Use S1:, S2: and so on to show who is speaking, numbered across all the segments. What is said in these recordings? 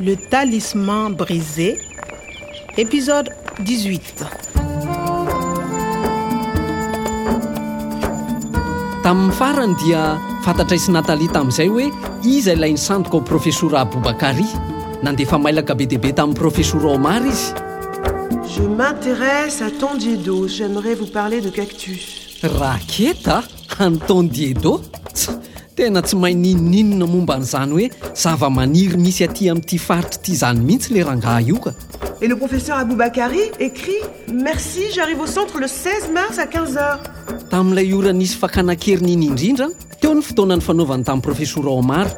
S1: Le talisman brisé, épisode 18.
S2: tamin'ny farany dia fantatra isy natalia tamin'izay hoe iza ilainy sandoka ho profesora abobakary nandefa mailaka be dehibe tamin'ny profesora omara izy
S3: Je m'intéresse à Tandiedo. J'aimerais vous parler de cactus.
S2: raketa anton diedo Tsa, tena tsy mainininona momba n'izany hoe zava-maniry misy aty amin'ity faritra ity izany mihitsy le rangaha io ka
S3: Et le professeur Aboubakari écrit Merci, j'arrive au centre le 16 mars à 15h.
S2: tamin'ilay ora nisy fakana-keriny iny indrindra teo ny fotoana ny fanaovany tamin'ny profesora omara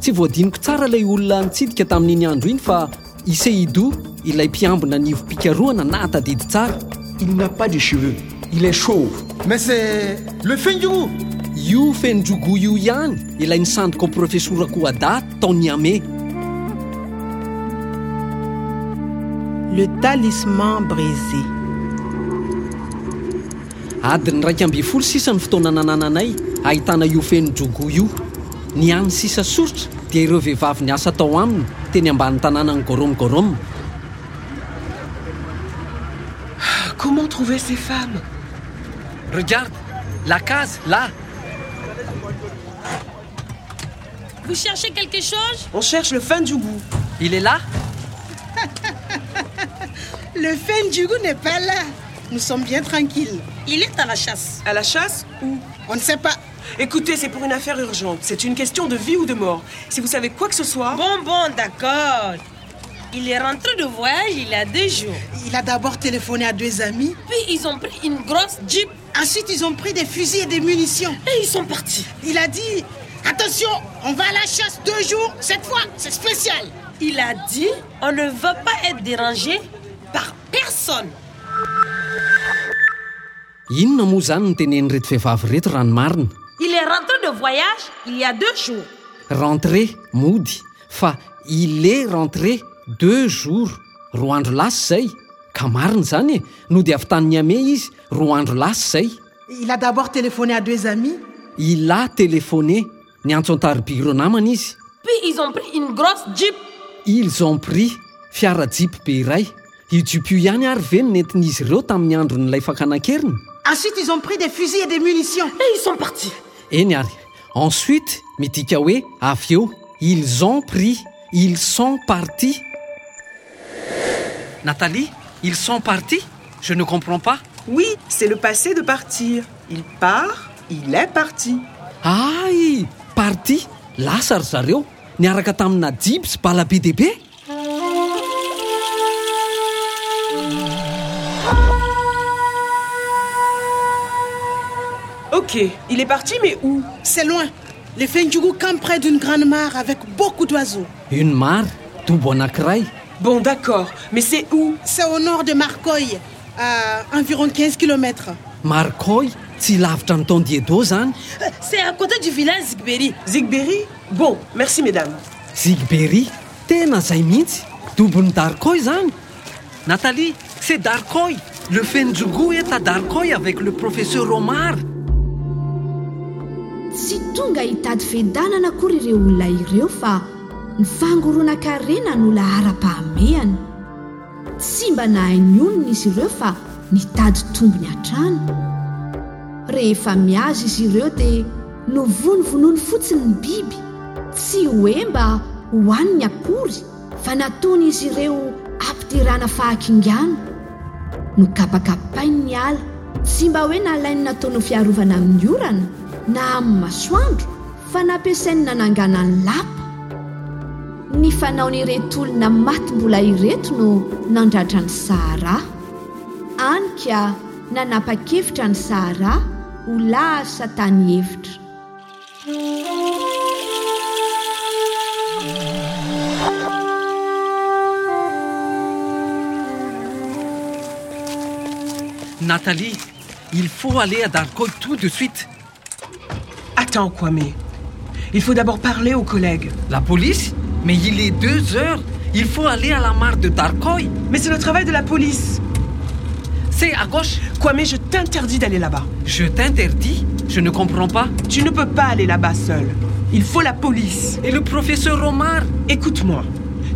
S2: tsy voadiniko tsara ilay olona nitsidika tamin'iny andro iny fa isehido ilay mpiambina nivo-pikaroana na tadidy tsara
S4: Il n'a pas de cheveux. Il est chauve.
S5: Mais c'est le fin du goût.
S2: io fenidrogo io ihany ilay nisandoko ny profesora koada taony ame
S1: Le talisman brisé.
S2: adiny raika amby folo sisa ny fotoana nanananay ahitana io fenidrogo io ny any sisa soritra dia ireo vehivavy ny asa tao aminy teny ambany tanànany goromgorom
S3: Comment trouver ces femmes
S2: regarde la case là
S6: Vous cherchez quelque chose
S3: On cherche le fin du goût.
S2: il est là
S7: Le Fendjougou n'est pas là. Nous sommes bien tranquilles. Il est à la chasse.
S3: À la chasse ou
S7: On ne sait pas.
S3: Écoutez, c'est pour une affaire urgente. C'est une question de vie ou de mort. Si vous savez quoi que ce soit.
S6: Bon, bon, d'accord. Il est rentré de voyage il y a deux jours.
S7: Il a d'abord téléphoné à deux amis.
S6: Puis ils ont pris une grosse jeep
S7: Ensuite, ils ont pris des fusils et des munitions.
S6: et ils sont partis.
S7: Il a dit Attention, on va à la chasse deux jours. Cette fois, c'est spécial.
S6: Il a dit on ne veut pas être dérangé par personne.
S2: inona moa izany ny teneny reto vehivavy reto raha ny marina
S6: Il est rentré de voyage il y a deux jours.
S2: rentré mody fa il est rentré deux jours roa andro lasy izay ka marina izany e no dia avy tanin'ny ame izy roa andro lasy izay
S7: Il a d'abord téléphoné à deux amis.
S2: il a téléphoné ny antso an-taribiro namana izy
S6: Puis ils ont pris une grosse jeep.
S2: ils ont pris fiara jipo be iray ijipio ihany ary ve ny nentin'izy ireo tamin'ny andron'ilay fakanan-keriny
S7: Ensuite, ils ont pris des fusils et des munitions.
S6: Et ils sont partis.
S2: eny ary ensuite midika hoe avy eo ils ont pris ils sont partis natalie ils sont partis je ne comprends pas
S3: Oui, c'est le passé de partir. Il part, il est parti.
S2: ay parti lasa ry zareo niaraka tamina jiby sy balabe dehibe
S3: Ok, il est parti, mais où
S7: C'est loin. Le Fendjougou campe près d'une grande mare avec beaucoup d'oiseaux.
S2: une mary dobo anankiray
S3: Bon, d'accord, mais c'est où
S7: C'est au nord de Marcoy, à environ 15 km.
S2: markoy tsy lavitra ny tondiedo zany
S6: C'est à côté du village Zigberi.
S3: Zigberry Bon, merci mesdames.
S2: zigbery tena zay mihitsy dobon'ny darkoy zany natalie c'est darkoy le fenjogo eta darkoy avec le professeur omar
S8: tsy tonga hitady vedanana akory ireo olona ireo fa ny fangoronan-karena no la ara-pahamehana tsy mba nahainy onona izy ireo fa nitady tombony hatrany rehefa miazy izy ireo dia novonovonoiny fotsiny ny biby tsy hoe mba hohaniny akory fa nataony izy ireo ampidirana fahakingana nokapakapainy ny ala tsy mba hoe nalainy nataony ho fiarovana amin'ny orana na amin'ny masoandro fa nampiasainy nanangana ny lapa ny fanaony ireto olona maty mbola ireto no nandratra ny sahara any ka nanapa-kevitra ny sahara ho lasa tany hevitra
S2: natalie il faut aller à darkoy tout de suite
S3: Attends, Kwame. Il faut d'abord parler aux collègues.
S2: la police mais il est deux heures il faut aller à la mare de darkoy
S3: Mais c'est le travail de la police.
S2: c'est à gauche
S3: Kwame, je t'interdis d'aller là-bas.
S2: je t'interdis je ne comprends pas
S3: Tu ne peux pas aller là-bas seul. Il faut la police.
S2: et le professeur omar
S3: Écoute-moi.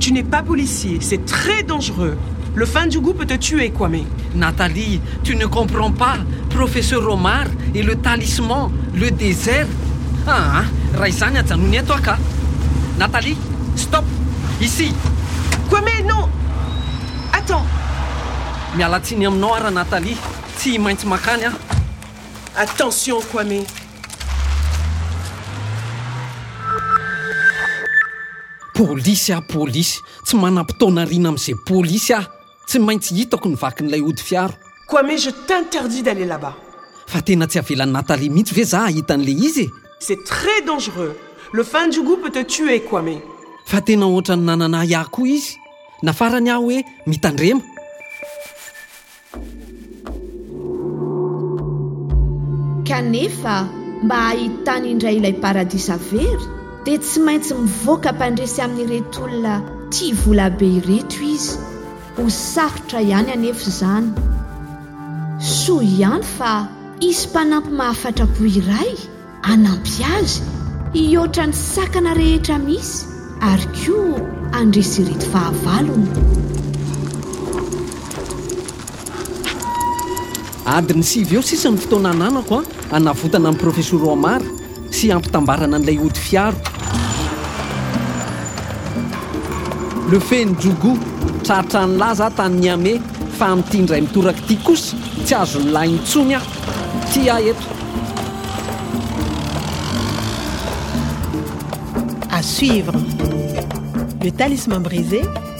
S3: Tu n'es pas policier, c'est très dangereux. Le Fendjougou peut te tuer, Kwame.
S2: Nathalie, tu ne comprends pas. Professeur Omar et le talisman, le désert. Ah, raha izany ajanony eto aka Nathalie, stop Ici
S3: Kwame, non Attends
S2: mialatsiny aminao ara Nathalie. Tsy maintsy makany ah. aho.
S3: Attention, Kwame
S2: Polisy aho, polisy. Tsy manam-potoana riana amin'izay polisy aho. Tsy maintsy hitako ny vakin'ilay ody fiaro.
S3: Kwame, je t'interdis d'aller là-bas.
S2: Fa tena tsy avelan'ny Nathalie mihitsy ve za ahita an'ilay izy?
S3: C'est très dangereux. Le Fendjougou peut te tuer, Kwame.
S2: Fa tena ohatra ny nanana iahy koa izy. Nafarany aho hoe mitandrema.
S8: kanefa mba hahitany indray ilay paradisa very dia tsy maintsy mivoaka mpandresy amin'ireto olona tia volabe ireto izy ho sarotra ihany anefa izany soa ihany fa isy mpanampy mahafatra-po iray hanampy azy hihoatra ny sakana rehetra misy ary koa handresy ireto fahavalony
S2: adiny sivy eo sisa ny fotoana ananako ah, a hanavotana amin'ny professeur omar sy ampitambarana an'ilay ody fiaro le feny jogo traritra ny laza aho tamin'ny ame fa amin'ity indray mitoraka ity kosa tsy azo ny lahy intsony aho ty aho eto
S1: À suivre. Le Talisman brisé,